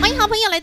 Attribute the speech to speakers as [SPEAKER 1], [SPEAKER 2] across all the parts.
[SPEAKER 1] 欢迎好朋友来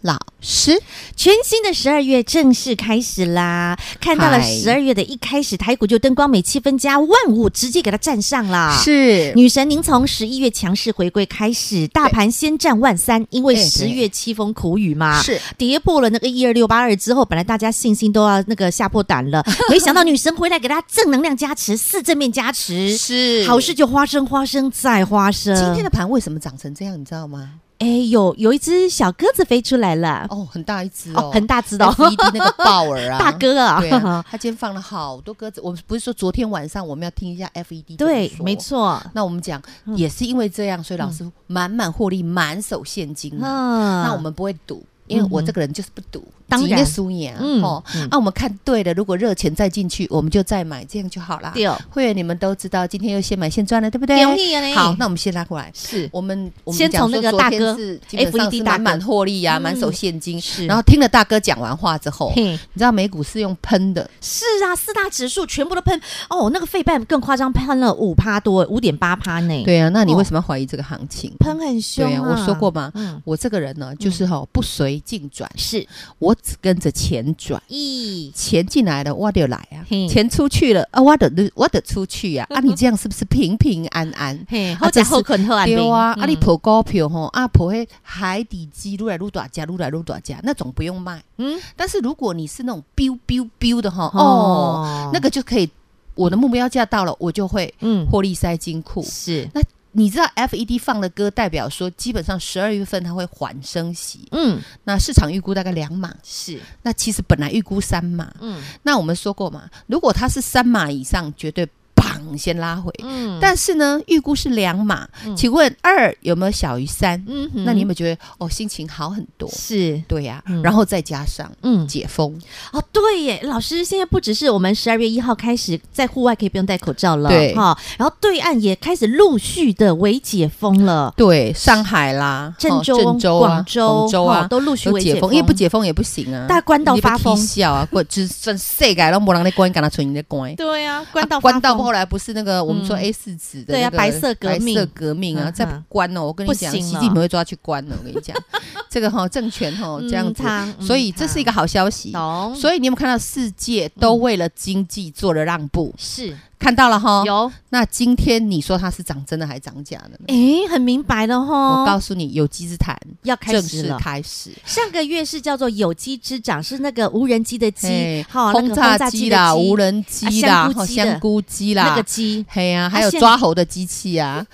[SPEAKER 2] 老师。
[SPEAKER 1] 全新的十二月正式开始啦！看到了
[SPEAKER 2] 嗨
[SPEAKER 1] 十二月的一开始，台股就灯光美，气氛佳，万五直接给它站上
[SPEAKER 2] 啊
[SPEAKER 1] 啦。
[SPEAKER 2] 是
[SPEAKER 1] 女神，您从十一月强势回归开始，大盘先站万三，因为
[SPEAKER 2] 对
[SPEAKER 1] 十月凄风苦雨嘛，
[SPEAKER 2] 是
[SPEAKER 1] 跌破了那个一二六八二之后，本来大家信心都要那个吓破胆 了，没想到女神回来给大家正能量加持，四正面加持，
[SPEAKER 2] 是嗯
[SPEAKER 1] 好事。就花生，花生再花生。
[SPEAKER 2] 今天的盘为什么涨成这样，你知道吗？
[SPEAKER 1] 哎，有有一只小鸽子飞出来了，
[SPEAKER 2] 哦， 很大一只
[SPEAKER 1] 哦
[SPEAKER 2] 哦，，
[SPEAKER 1] 很大只的、哦，
[SPEAKER 2] FED 那个鲍尔 啊，
[SPEAKER 1] 大。哥啊，
[SPEAKER 2] 对 啊，他今天放了好多鸽子。我们不是说昨天晚上我们要听一下 FED
[SPEAKER 1] 对
[SPEAKER 2] 怎么，说
[SPEAKER 1] 没。错，
[SPEAKER 2] 那我们讲也是因为这样，所以老师满满获利，满手现金啊。
[SPEAKER 1] 嗯，
[SPEAKER 2] 那我们不会赌，因为我这个人就是不赌，
[SPEAKER 1] 当然
[SPEAKER 2] 输赢
[SPEAKER 1] 嗯
[SPEAKER 2] 哦。那我们看对了，如果热钱再进去，我们就再买，这样就好啦。
[SPEAKER 1] 丢
[SPEAKER 2] 会员你们都知道，今天又现买现赚了，对不对？
[SPEAKER 1] 丢你嘞，
[SPEAKER 2] 好，那我们先拉过来，
[SPEAKER 1] 是
[SPEAKER 2] 我们我们
[SPEAKER 1] 先
[SPEAKER 2] 讲
[SPEAKER 1] 从
[SPEAKER 2] 说
[SPEAKER 1] 那个
[SPEAKER 2] 昨
[SPEAKER 1] 大
[SPEAKER 2] 天
[SPEAKER 1] 哥哎
[SPEAKER 2] 是基本上
[SPEAKER 1] FED
[SPEAKER 2] 是
[SPEAKER 1] 大
[SPEAKER 2] 满
[SPEAKER 1] 哥
[SPEAKER 2] 满获利啊，
[SPEAKER 1] 嗯
[SPEAKER 2] 满手现金。
[SPEAKER 1] 是
[SPEAKER 2] 然后听了大哥讲完话之后，
[SPEAKER 1] 嘿
[SPEAKER 2] 你知道美股是用喷的，
[SPEAKER 1] 是啊，四大指数全部都喷哦，那个费半更夸张，喷了五趴多，五点八趴呢，，
[SPEAKER 2] 对啊，那你
[SPEAKER 1] 哦
[SPEAKER 2] 为什么要怀疑这个行情？
[SPEAKER 1] 喷很凶、
[SPEAKER 2] 对啊，我说过，嘛，
[SPEAKER 1] 嗯，
[SPEAKER 2] 我这个人呢，就是哈不随境转，
[SPEAKER 1] 是，
[SPEAKER 2] 我只跟着钱转。
[SPEAKER 1] 咦，
[SPEAKER 2] 钱进来了，我就来啊
[SPEAKER 1] 嘿；？
[SPEAKER 2] 钱出去了，啊，我得我得出去啊。啊，你这样是不是平平安安
[SPEAKER 1] 嘿，
[SPEAKER 2] 啊
[SPEAKER 1] 好
[SPEAKER 2] 这
[SPEAKER 1] 假
[SPEAKER 2] 是
[SPEAKER 1] 后捆后安
[SPEAKER 2] 对
[SPEAKER 1] 定
[SPEAKER 2] 啊，啊，
[SPEAKER 1] 嗯
[SPEAKER 2] 你抱股票吼，啊，抱迄海底鸡撸来撸大家，撸来撸大家，那种不用卖。
[SPEAKER 1] 嗯，
[SPEAKER 2] 但是如果你是那种 biu biu biu 的哈，哦，那个就可以，我的目标价到了，我就会
[SPEAKER 1] 嗯
[SPEAKER 2] 获利塞金库。
[SPEAKER 1] 是，
[SPEAKER 2] 你知道 FED 放的歌代表说，基本上十二月份它会缓升息，
[SPEAKER 1] 嗯
[SPEAKER 2] 那市场预估大概两码，
[SPEAKER 1] 是，
[SPEAKER 2] 那其实本来预估三码，
[SPEAKER 1] 嗯
[SPEAKER 2] 那我们说过嘛，如果它是三码以上，绝对砰先拉回。
[SPEAKER 1] 嗯
[SPEAKER 2] 但是呢，预估是两码，
[SPEAKER 1] 嗯
[SPEAKER 2] 请问二有没有小于三？
[SPEAKER 1] 嗯哼
[SPEAKER 2] 那你有没有觉得哦，心情好很多？
[SPEAKER 1] 是，
[SPEAKER 2] 对呀、
[SPEAKER 1] 嗯
[SPEAKER 2] 然后再加上
[SPEAKER 1] 嗯
[SPEAKER 2] 解封，
[SPEAKER 1] 哦，对耶，老师，现在不只是我们十二月一号开始在户外可以不用戴口罩了，
[SPEAKER 2] 对
[SPEAKER 1] 哈、然后对岸也开始陆续的微解封了，
[SPEAKER 2] 对上海啦、
[SPEAKER 1] 郑
[SPEAKER 2] 哦
[SPEAKER 1] 州、
[SPEAKER 2] 郑州啊、
[SPEAKER 1] 广州、
[SPEAKER 2] 广州
[SPEAKER 1] 哈
[SPEAKER 2] 啊。
[SPEAKER 1] 都陆续
[SPEAKER 2] 都
[SPEAKER 1] 微
[SPEAKER 2] 解封，因为不解封也不行啊，
[SPEAKER 1] 大关到
[SPEAKER 2] 你被
[SPEAKER 1] 发疯
[SPEAKER 2] 踢笑啊，或只算世界拢无人咧关，敢他存你咧关。
[SPEAKER 1] 对啊，
[SPEAKER 2] 啊
[SPEAKER 1] 关到
[SPEAKER 2] 关到后
[SPEAKER 1] 了，
[SPEAKER 2] 来不是那个我们说
[SPEAKER 1] 嗯
[SPEAKER 2] A 四纸的
[SPEAKER 1] 对啊
[SPEAKER 2] 那个
[SPEAKER 1] 白色革命
[SPEAKER 2] 白色革命啊，
[SPEAKER 1] 嗯
[SPEAKER 2] 再不
[SPEAKER 1] 嗯
[SPEAKER 2] 关哦，我跟你
[SPEAKER 1] 不
[SPEAKER 2] 讲，
[SPEAKER 1] 行
[SPEAKER 2] 习
[SPEAKER 1] 了
[SPEAKER 2] 近平会抓去关哦的。我跟你讲， 这个哈政权哈这样
[SPEAKER 1] 嗯
[SPEAKER 2] 子，
[SPEAKER 1] 他
[SPEAKER 2] 所以这是一个好消息。
[SPEAKER 1] 懂，
[SPEAKER 2] 所以你有没有看到世界都为了经济做了让步？
[SPEAKER 1] 是
[SPEAKER 2] 看到了哈。
[SPEAKER 1] 嗯有，
[SPEAKER 2] 那今天你说它是涨真的还涨假的呢？
[SPEAKER 1] 诶，很明白了哈，
[SPEAKER 2] 我告诉你，有机之谈
[SPEAKER 1] 要哦开
[SPEAKER 2] 正
[SPEAKER 1] 始
[SPEAKER 2] 式
[SPEAKER 1] 了。
[SPEAKER 2] 开始。
[SPEAKER 1] 上个月是叫做有机之长，是那个无人机的机
[SPEAKER 2] 嘿，
[SPEAKER 1] 好，哦那个
[SPEAKER 2] 轰炸机啦，
[SPEAKER 1] 的
[SPEAKER 2] 无人机
[SPEAKER 1] 啊香菇
[SPEAKER 2] 啦，吼
[SPEAKER 1] 机的
[SPEAKER 2] 香菇机
[SPEAKER 1] 那个
[SPEAKER 2] 啦，
[SPEAKER 1] 机，
[SPEAKER 2] 嘿呀，
[SPEAKER 1] 啊
[SPEAKER 2] 还有
[SPEAKER 1] 现
[SPEAKER 2] 抓猴的机器啊。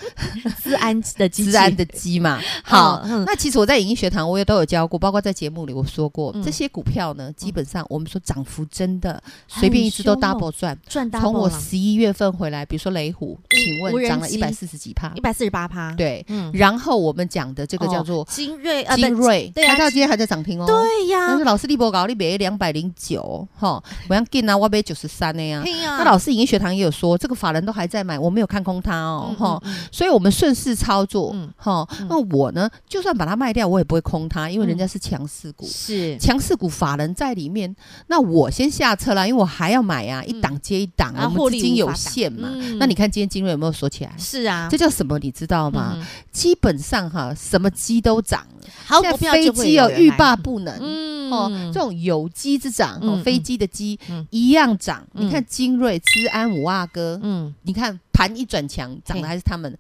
[SPEAKER 1] 治安的机器，
[SPEAKER 2] 治安的鸡嘛。好，
[SPEAKER 1] 嗯
[SPEAKER 2] 那其实我在影音学堂我也都有教过，包括在节目里我说过，
[SPEAKER 1] 嗯
[SPEAKER 2] 这些股票呢，基本上我们说涨幅真的随便一只都
[SPEAKER 1] 很凶哦
[SPEAKER 2] double 赚。
[SPEAKER 1] 赚大
[SPEAKER 2] 从我
[SPEAKER 1] 了
[SPEAKER 2] 十一月份回来，比如说雷虎，请
[SPEAKER 1] 无
[SPEAKER 2] 问
[SPEAKER 1] 人
[SPEAKER 2] 涨了
[SPEAKER 1] 机嗯
[SPEAKER 2] 一百四十几趴
[SPEAKER 1] 一，百四十八趴，，
[SPEAKER 2] 对。
[SPEAKER 1] 嗯，哦
[SPEAKER 2] 然后我们讲的这个叫做
[SPEAKER 1] 精锐啊，
[SPEAKER 2] 精
[SPEAKER 1] 不
[SPEAKER 2] 锐，
[SPEAKER 1] 对啊
[SPEAKER 2] 它到今天还在涨停哦。
[SPEAKER 1] 对啊呀
[SPEAKER 2] 但是，老师你博搞，你买两百零九，哈，我要进啊，我买九十三的呀。
[SPEAKER 1] 嘿啊呀，
[SPEAKER 2] 那老师影音学堂也有说，这个法人都还在买，我没有看空它哦，
[SPEAKER 1] 嗯
[SPEAKER 2] 哈。，
[SPEAKER 1] 嗯
[SPEAKER 2] 所以我们顺势操作
[SPEAKER 1] 嗯，
[SPEAKER 2] 哈、
[SPEAKER 1] 嗯
[SPEAKER 2] 那我呢，就算把它卖掉，我也不会空它，因为
[SPEAKER 1] 嗯
[SPEAKER 2] 人家是强势股
[SPEAKER 1] 嗯，是
[SPEAKER 2] 强势股法人在里面，那我先下车啦，因为我还要买呀、一档接一档、
[SPEAKER 1] 啊
[SPEAKER 2] 啊，
[SPEAKER 1] 获
[SPEAKER 2] 我们
[SPEAKER 1] 利
[SPEAKER 2] 资金
[SPEAKER 1] 无
[SPEAKER 2] 有
[SPEAKER 1] 法挡
[SPEAKER 2] 限嘛。
[SPEAKER 1] 嗯
[SPEAKER 2] 那你看今天金瑞有没有锁起来？
[SPEAKER 1] 是啊，
[SPEAKER 2] 这叫什么？你知道吗？
[SPEAKER 1] 嗯
[SPEAKER 2] 基本上哈，什么鸡都涨了，
[SPEAKER 1] 好
[SPEAKER 2] 现
[SPEAKER 1] 股
[SPEAKER 2] 在
[SPEAKER 1] 票
[SPEAKER 2] 飞
[SPEAKER 1] 就会
[SPEAKER 2] 机
[SPEAKER 1] 有
[SPEAKER 2] 哦
[SPEAKER 1] 人
[SPEAKER 2] 欲
[SPEAKER 1] 来
[SPEAKER 2] 罢，不能。
[SPEAKER 1] 嗯
[SPEAKER 2] 哦，这种有机之涨，哦
[SPEAKER 1] 嗯
[SPEAKER 2] 飞机的机、
[SPEAKER 1] 嗯
[SPEAKER 2] 一样涨。
[SPEAKER 1] 嗯
[SPEAKER 2] 你看精锐、资安五阿哥，
[SPEAKER 1] 嗯
[SPEAKER 2] 你看盘一转强，涨的还是他们。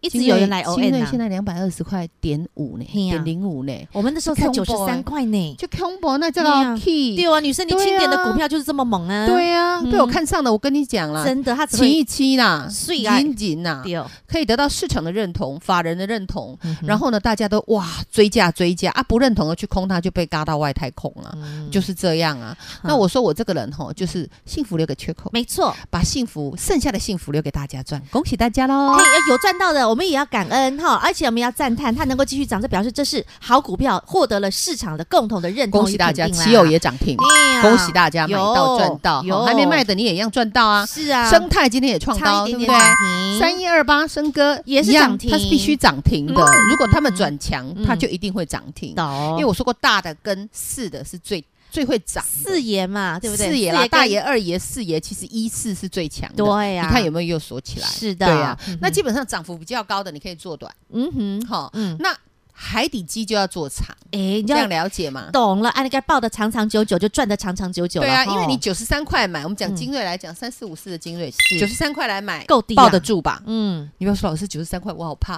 [SPEAKER 1] 一直有人来
[SPEAKER 2] 新
[SPEAKER 1] ON
[SPEAKER 2] 锐
[SPEAKER 1] 啊
[SPEAKER 2] 现。在两百二十块点五呢，
[SPEAKER 1] 嘿呀
[SPEAKER 2] 点零五呢，
[SPEAKER 1] 我们那时候才
[SPEAKER 2] 恐
[SPEAKER 1] 九十
[SPEAKER 2] 怖欸
[SPEAKER 1] 三块呢。
[SPEAKER 2] 就 combo 那这
[SPEAKER 1] 对啊
[SPEAKER 2] 个 key，
[SPEAKER 1] 对啊，女生你
[SPEAKER 2] 对啊
[SPEAKER 1] 清点的股票就是这么猛啊。
[SPEAKER 2] 对啊，
[SPEAKER 1] 嗯
[SPEAKER 2] 被我看上的，我跟你讲啦，
[SPEAKER 1] 真的，它只
[SPEAKER 2] 亲
[SPEAKER 1] 会
[SPEAKER 2] 一亲啦，
[SPEAKER 1] 碎啊
[SPEAKER 2] 紧紧啦，
[SPEAKER 1] 掉。
[SPEAKER 2] 可以得到市场的认同、法人的认同，
[SPEAKER 1] 嗯哼
[SPEAKER 2] 然后呢，大家都哇追价追价啊，不认同的去空它就被嘎到外太空啊，
[SPEAKER 1] 嗯
[SPEAKER 2] 就是这样啊。那我说我这个人吼，就是幸福留给缺口，
[SPEAKER 1] 没错，
[SPEAKER 2] 把幸福剩下的幸福留给大家赚，恭喜大家喽
[SPEAKER 1] 哎！有赚到的，我们也要感恩哈，而且我们要赞叹它能够继续涨，这表示这是好股票，获得了市场的共同的认同
[SPEAKER 2] 恭
[SPEAKER 1] 与肯
[SPEAKER 2] 喜
[SPEAKER 1] 定啦。
[SPEAKER 2] 大家，奇友也涨停，
[SPEAKER 1] 哎呀，
[SPEAKER 2] 恭喜大家买
[SPEAKER 1] 有
[SPEAKER 2] 到赚到，
[SPEAKER 1] 有
[SPEAKER 2] 好还没卖的你也一样赚到啊！
[SPEAKER 1] 是啊，
[SPEAKER 2] 生态今天也创
[SPEAKER 1] 差
[SPEAKER 2] 高，
[SPEAKER 1] 一
[SPEAKER 2] 对
[SPEAKER 1] 点
[SPEAKER 2] 不
[SPEAKER 1] 点
[SPEAKER 2] 对
[SPEAKER 1] 涨？停，
[SPEAKER 2] 三一二八升哥
[SPEAKER 1] 也是
[SPEAKER 2] 一样
[SPEAKER 1] 涨停
[SPEAKER 2] 它是必须涨停的。如果他们转强，
[SPEAKER 1] 嗯
[SPEAKER 2] 它就一定会涨停。
[SPEAKER 1] 懂，
[SPEAKER 2] 因为我说过，大的跟四的是最最会涨的，
[SPEAKER 1] 四爷嘛，对不对？
[SPEAKER 2] 四爷啦，
[SPEAKER 1] 跟
[SPEAKER 2] 大爷、二爷、四爷，其实一四是最强的。
[SPEAKER 1] 对呀，
[SPEAKER 2] 你看有没有又锁起来？
[SPEAKER 1] 是的，
[SPEAKER 2] 对呀
[SPEAKER 1] 嗯哼
[SPEAKER 2] 那基本上涨幅比较高的，你可以做短，
[SPEAKER 1] 嗯哼，
[SPEAKER 2] 哈。
[SPEAKER 1] 嗯，
[SPEAKER 2] 那海底鸡就要做长，
[SPEAKER 1] 哎，你
[SPEAKER 2] 这
[SPEAKER 1] 要
[SPEAKER 2] 样了解吗？
[SPEAKER 1] 懂了，按啊理该报的长长久久，就赚的长长久久了。
[SPEAKER 2] 对啊，因
[SPEAKER 1] 吼
[SPEAKER 2] 为你九十三块买，我们讲
[SPEAKER 1] 嗯
[SPEAKER 2] 精锐来讲，三四五四的精锐，
[SPEAKER 1] 是
[SPEAKER 2] 九十三块来买，
[SPEAKER 1] 够低啊
[SPEAKER 2] 抱得住吧？
[SPEAKER 1] 嗯，
[SPEAKER 2] 你不要说老师九十三块，我好怕，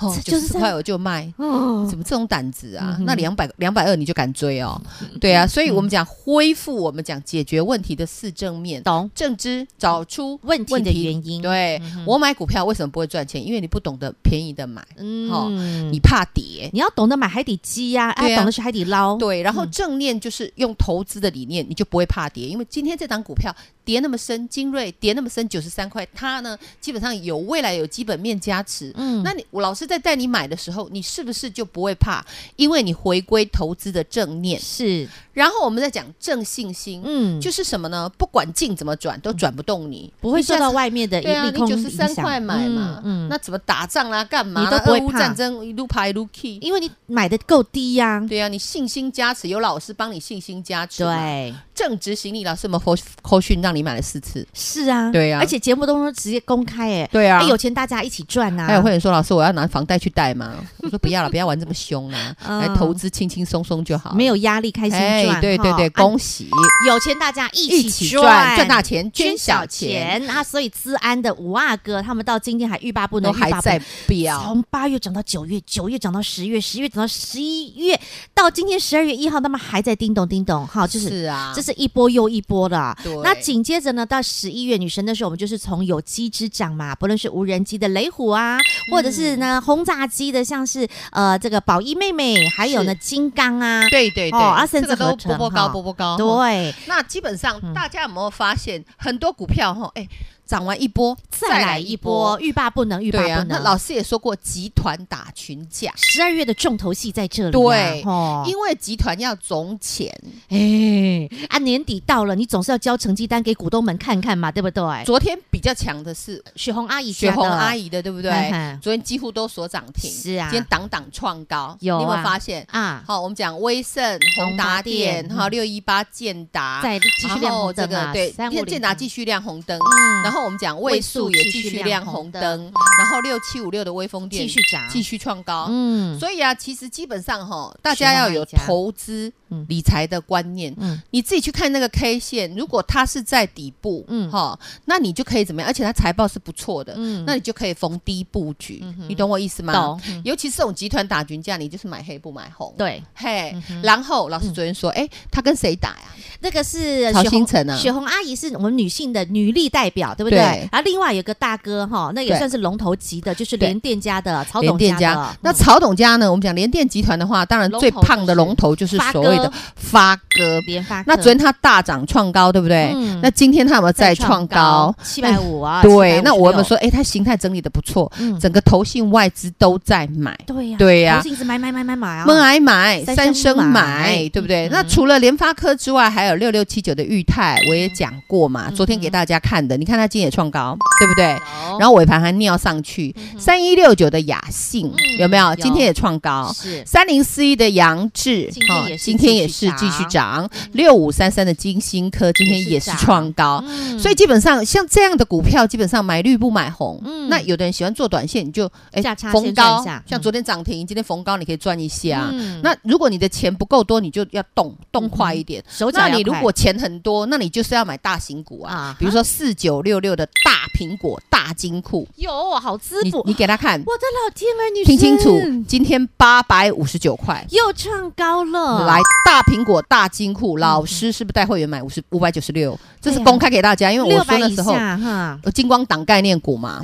[SPEAKER 2] 哦，
[SPEAKER 1] 这
[SPEAKER 2] 九
[SPEAKER 1] 93
[SPEAKER 2] 十块我就卖，
[SPEAKER 1] 哦，
[SPEAKER 2] 怎么这种胆子啊？
[SPEAKER 1] 嗯哼
[SPEAKER 2] 那两百两百二你就敢追哦？对啊，所以我们讲恢复，我们讲解决问题的四正面，
[SPEAKER 1] 懂
[SPEAKER 2] 正知找出
[SPEAKER 1] 问题的原因。
[SPEAKER 2] 对
[SPEAKER 1] 嗯哼
[SPEAKER 2] 我买股票为什么不会赚钱？因为你不懂得便宜的买，好
[SPEAKER 1] 嗯，
[SPEAKER 2] 你怕跌。
[SPEAKER 1] 你要懂得买海底鸡呀，哎，
[SPEAKER 2] 对啊
[SPEAKER 1] 懂得去海底捞。
[SPEAKER 2] 对，然后
[SPEAKER 1] 嗯
[SPEAKER 2] 正念就是用投资的理念，你就不会怕跌，因为今天这档股票跌那么深，精锐跌那么深，九十三块，它呢基本上有未来有基本面加持，
[SPEAKER 1] 嗯
[SPEAKER 2] 那你我老师在带你买的时候，你是不是就不会怕？因为你回归投资的正念。
[SPEAKER 1] 是，
[SPEAKER 2] 然后我们再讲正信心，
[SPEAKER 1] 嗯，
[SPEAKER 2] 就是什么呢？不管劲怎么转，都转不动你，
[SPEAKER 1] 不会
[SPEAKER 2] 你下
[SPEAKER 1] 受到
[SPEAKER 2] 次。
[SPEAKER 1] 外面的
[SPEAKER 2] 对啊，
[SPEAKER 1] 利
[SPEAKER 2] 你
[SPEAKER 1] 空
[SPEAKER 2] 九
[SPEAKER 1] 影
[SPEAKER 2] 十三
[SPEAKER 1] 响。
[SPEAKER 2] 块买嘛，
[SPEAKER 1] 嗯，
[SPEAKER 2] 那
[SPEAKER 1] 那
[SPEAKER 2] 怎么打仗啦、干嘛
[SPEAKER 1] 你
[SPEAKER 2] 啦？
[SPEAKER 1] 都不会
[SPEAKER 2] 俄乌
[SPEAKER 1] 怕
[SPEAKER 2] 战争一路爬一路 key。
[SPEAKER 1] 因为你买的够低呀。
[SPEAKER 2] 对啊，你信心加持，有老师帮你信心加持嘛。
[SPEAKER 1] 对，
[SPEAKER 2] 正直行李老师有没有扣扣讯让你买了四次？
[SPEAKER 1] 是啊，
[SPEAKER 2] 对啊
[SPEAKER 1] 而且节目当中直接公开，哎，
[SPEAKER 2] 对啊
[SPEAKER 1] 哎，有钱大家一起赚啊呐。
[SPEAKER 2] 还有会员说：“老师，我要拿房贷去贷吗？” 我说：“不要了，不要玩这么凶 啦，
[SPEAKER 1] 嗯
[SPEAKER 2] 来投资轻轻松松就好。”哎
[SPEAKER 1] 没有压力，开心赚。
[SPEAKER 2] 对对
[SPEAKER 1] 哈
[SPEAKER 2] 对，
[SPEAKER 1] 啊
[SPEAKER 2] 恭喜，
[SPEAKER 1] 有钱大家一起
[SPEAKER 2] 赚，
[SPEAKER 1] 赚，
[SPEAKER 2] 赚大钱，捐
[SPEAKER 1] 捐
[SPEAKER 2] 小
[SPEAKER 1] 小
[SPEAKER 2] 钱，
[SPEAKER 1] 钱啊！所以资安的五阿哥他们到今天还欲罢不
[SPEAKER 2] 都
[SPEAKER 1] 能，
[SPEAKER 2] 还
[SPEAKER 1] 欲罢不能
[SPEAKER 2] 在飙。
[SPEAKER 1] 从八月涨到九月，九月涨到十月，十月涨到十一月，到今天十二月一号，他们还在叮咚叮咚，哈，就是。
[SPEAKER 2] 是啊，
[SPEAKER 1] 这是一波又一波的啊
[SPEAKER 2] 对，
[SPEAKER 1] 那紧接着呢，到十一月女神的时候，我们就是从有机之长嘛，不论是无人机的雷虎啊，
[SPEAKER 2] 嗯
[SPEAKER 1] 或者是呢轰炸机的，像是呃这个宝仪妹妹，还有呢金刚啊，
[SPEAKER 2] 对对对，
[SPEAKER 1] 哦啊甚
[SPEAKER 2] 这
[SPEAKER 1] 至
[SPEAKER 2] 个都
[SPEAKER 1] 合成
[SPEAKER 2] 波波高，
[SPEAKER 1] 哈
[SPEAKER 2] 波波高。哦，
[SPEAKER 1] 对，
[SPEAKER 2] 那基本上
[SPEAKER 1] 嗯
[SPEAKER 2] 大家有没有发现，很多股票哈，哎，涨完一波
[SPEAKER 1] 再来一波，。欲罢不能，欲罢
[SPEAKER 2] 对
[SPEAKER 1] 不
[SPEAKER 2] 啊，那
[SPEAKER 1] 能。
[SPEAKER 2] 老师也说过，集团打群架，
[SPEAKER 1] 十二月的重头戏在这里、啊，
[SPEAKER 2] 对
[SPEAKER 1] 吼
[SPEAKER 2] 因为集团要总钱。
[SPEAKER 1] 哎、啊，年底到了，你总是要交成绩单给股东们看看嘛，对不对？
[SPEAKER 2] 昨天比较强的是
[SPEAKER 1] 雪红阿姨哎家
[SPEAKER 2] 雪
[SPEAKER 1] 的，
[SPEAKER 2] 红阿姨的，对不对
[SPEAKER 1] 嗯哼？
[SPEAKER 2] 昨天几乎都所涨停，
[SPEAKER 1] 是啊
[SPEAKER 2] 今天档档创高，
[SPEAKER 1] 有
[SPEAKER 2] 你有没
[SPEAKER 1] 啊
[SPEAKER 2] 有发现？
[SPEAKER 1] 啊，
[SPEAKER 2] 好，我们讲威盛、宏
[SPEAKER 1] 宏达
[SPEAKER 2] 达电，
[SPEAKER 1] 电嗯
[SPEAKER 2] 还有六一八建达，
[SPEAKER 1] 再继续亮
[SPEAKER 2] 然后
[SPEAKER 1] 红
[SPEAKER 2] 这
[SPEAKER 1] 灯
[SPEAKER 2] 个
[SPEAKER 1] 啊，
[SPEAKER 2] 对，
[SPEAKER 1] 三
[SPEAKER 2] 因
[SPEAKER 1] 五
[SPEAKER 2] 为建达继
[SPEAKER 1] 续，
[SPEAKER 2] 续亮红灯，
[SPEAKER 1] 嗯
[SPEAKER 2] 然后我们讲位数也继续亮红
[SPEAKER 1] 位
[SPEAKER 2] 灯，
[SPEAKER 1] 数继续亮红灯
[SPEAKER 2] 然后六七五六的微风电
[SPEAKER 1] 继续涨，
[SPEAKER 2] 继续创高。
[SPEAKER 1] 嗯，
[SPEAKER 2] 所以啊，其实基本上哈，大家要有
[SPEAKER 1] 学到哪一家
[SPEAKER 2] 投资
[SPEAKER 1] 嗯
[SPEAKER 2] 理财的观念。
[SPEAKER 1] 嗯
[SPEAKER 2] 你自己去看那个 K 线，如果它是在底部，
[SPEAKER 1] 嗯
[SPEAKER 2] 嗯，哈，那你就可以怎么样？而且它财报是不错的，
[SPEAKER 1] 嗯
[SPEAKER 2] 那你就可以逢低布局
[SPEAKER 1] 嗯。哼
[SPEAKER 2] 你懂我意思吗？
[SPEAKER 1] 懂，嗯
[SPEAKER 2] 尤其是这种集团打群架，你就是买黑不买红。
[SPEAKER 1] 对，
[SPEAKER 2] 嘿
[SPEAKER 1] 嗯哼，嗯
[SPEAKER 2] 然后老师昨天说，哎，他跟谁打呀？
[SPEAKER 1] 那个是
[SPEAKER 2] 曹
[SPEAKER 1] 雪红
[SPEAKER 2] 星辰啊
[SPEAKER 1] 雪红阿姨是我们女性的女力代表，对不对？
[SPEAKER 2] 对
[SPEAKER 1] 然后另外有个大哥哈，那也
[SPEAKER 2] 对
[SPEAKER 1] 算是龙头级的，就是
[SPEAKER 2] 对
[SPEAKER 1] 联电家的曹
[SPEAKER 2] 联
[SPEAKER 1] 董
[SPEAKER 2] 电
[SPEAKER 1] 家
[SPEAKER 2] 家啊
[SPEAKER 1] 的，，
[SPEAKER 2] 那
[SPEAKER 1] 嗯
[SPEAKER 2] 曹董家呢？我们讲联电集团的话，当然最胖的龙头就是所谓的发哥。
[SPEAKER 1] 联发科，
[SPEAKER 2] 那昨天它大涨创高，对不对
[SPEAKER 1] 啊嗯？
[SPEAKER 2] 那今天它有没有再创高？
[SPEAKER 1] 七百五啊，
[SPEAKER 2] 对，那我
[SPEAKER 1] 756
[SPEAKER 2] 们，说，哎，它形态整理的不错，
[SPEAKER 1] 嗯，
[SPEAKER 2] 整个投信外资都在买，
[SPEAKER 1] 对呀，
[SPEAKER 2] 对呀
[SPEAKER 1] 投信一直买买买买买啊，
[SPEAKER 2] 闷挨买，
[SPEAKER 1] 三
[SPEAKER 2] 三
[SPEAKER 1] 生
[SPEAKER 2] 生
[SPEAKER 1] 买
[SPEAKER 2] 买，对不对？
[SPEAKER 1] 嗯
[SPEAKER 2] 那除了联发科之外，还有六六七九的裕泰，我也讲过
[SPEAKER 1] 嗯
[SPEAKER 2] 嘛，昨天给大家看的，你看它今天也创高，对不对？
[SPEAKER 1] 然
[SPEAKER 2] 然后尾盘还尿上去，三一六九的雅信
[SPEAKER 1] 嗯
[SPEAKER 2] 有没有？
[SPEAKER 1] 有
[SPEAKER 2] 今天也创高，
[SPEAKER 1] 是
[SPEAKER 2] 三零四一的杨志
[SPEAKER 1] 今天也是
[SPEAKER 2] 今天天也是继续涨，六五三三的金星科今天也是创高，
[SPEAKER 1] 嗯
[SPEAKER 2] 所以基本上像这样的股票，基本上买绿不买红。
[SPEAKER 1] 嗯
[SPEAKER 2] 那有的人喜欢做短线，你就哎
[SPEAKER 1] 价差
[SPEAKER 2] 逢
[SPEAKER 1] 先赚
[SPEAKER 2] 高
[SPEAKER 1] 一下，
[SPEAKER 2] 像昨天涨停，今天逢高你可以赚一下。
[SPEAKER 1] 嗯
[SPEAKER 2] 那如果你的钱不够多，你就要动动快一点。
[SPEAKER 1] 手脚
[SPEAKER 2] 那
[SPEAKER 1] 要
[SPEAKER 2] 你如
[SPEAKER 1] 快
[SPEAKER 2] 果钱很多，那你就是要买大型股啊，
[SPEAKER 1] 啊，
[SPEAKER 2] 比如说四九六六的大苹果、大金库，
[SPEAKER 1] 有好滋
[SPEAKER 2] 你
[SPEAKER 1] 补，
[SPEAKER 2] 你给他看，
[SPEAKER 1] 我的老天儿，女
[SPEAKER 2] 听清楚
[SPEAKER 1] 神，
[SPEAKER 2] 今天八百五十九块。
[SPEAKER 1] 又创高了，
[SPEAKER 2] 来，大苹果、大金库，老师是不是带会员买五十五百九十六？这是
[SPEAKER 1] 对啊
[SPEAKER 2] 公开给大家，因为我
[SPEAKER 1] 六
[SPEAKER 2] 说
[SPEAKER 1] 百
[SPEAKER 2] 那
[SPEAKER 1] 以
[SPEAKER 2] 时候
[SPEAKER 1] 下哈，
[SPEAKER 2] 呃金光党概念股嘛，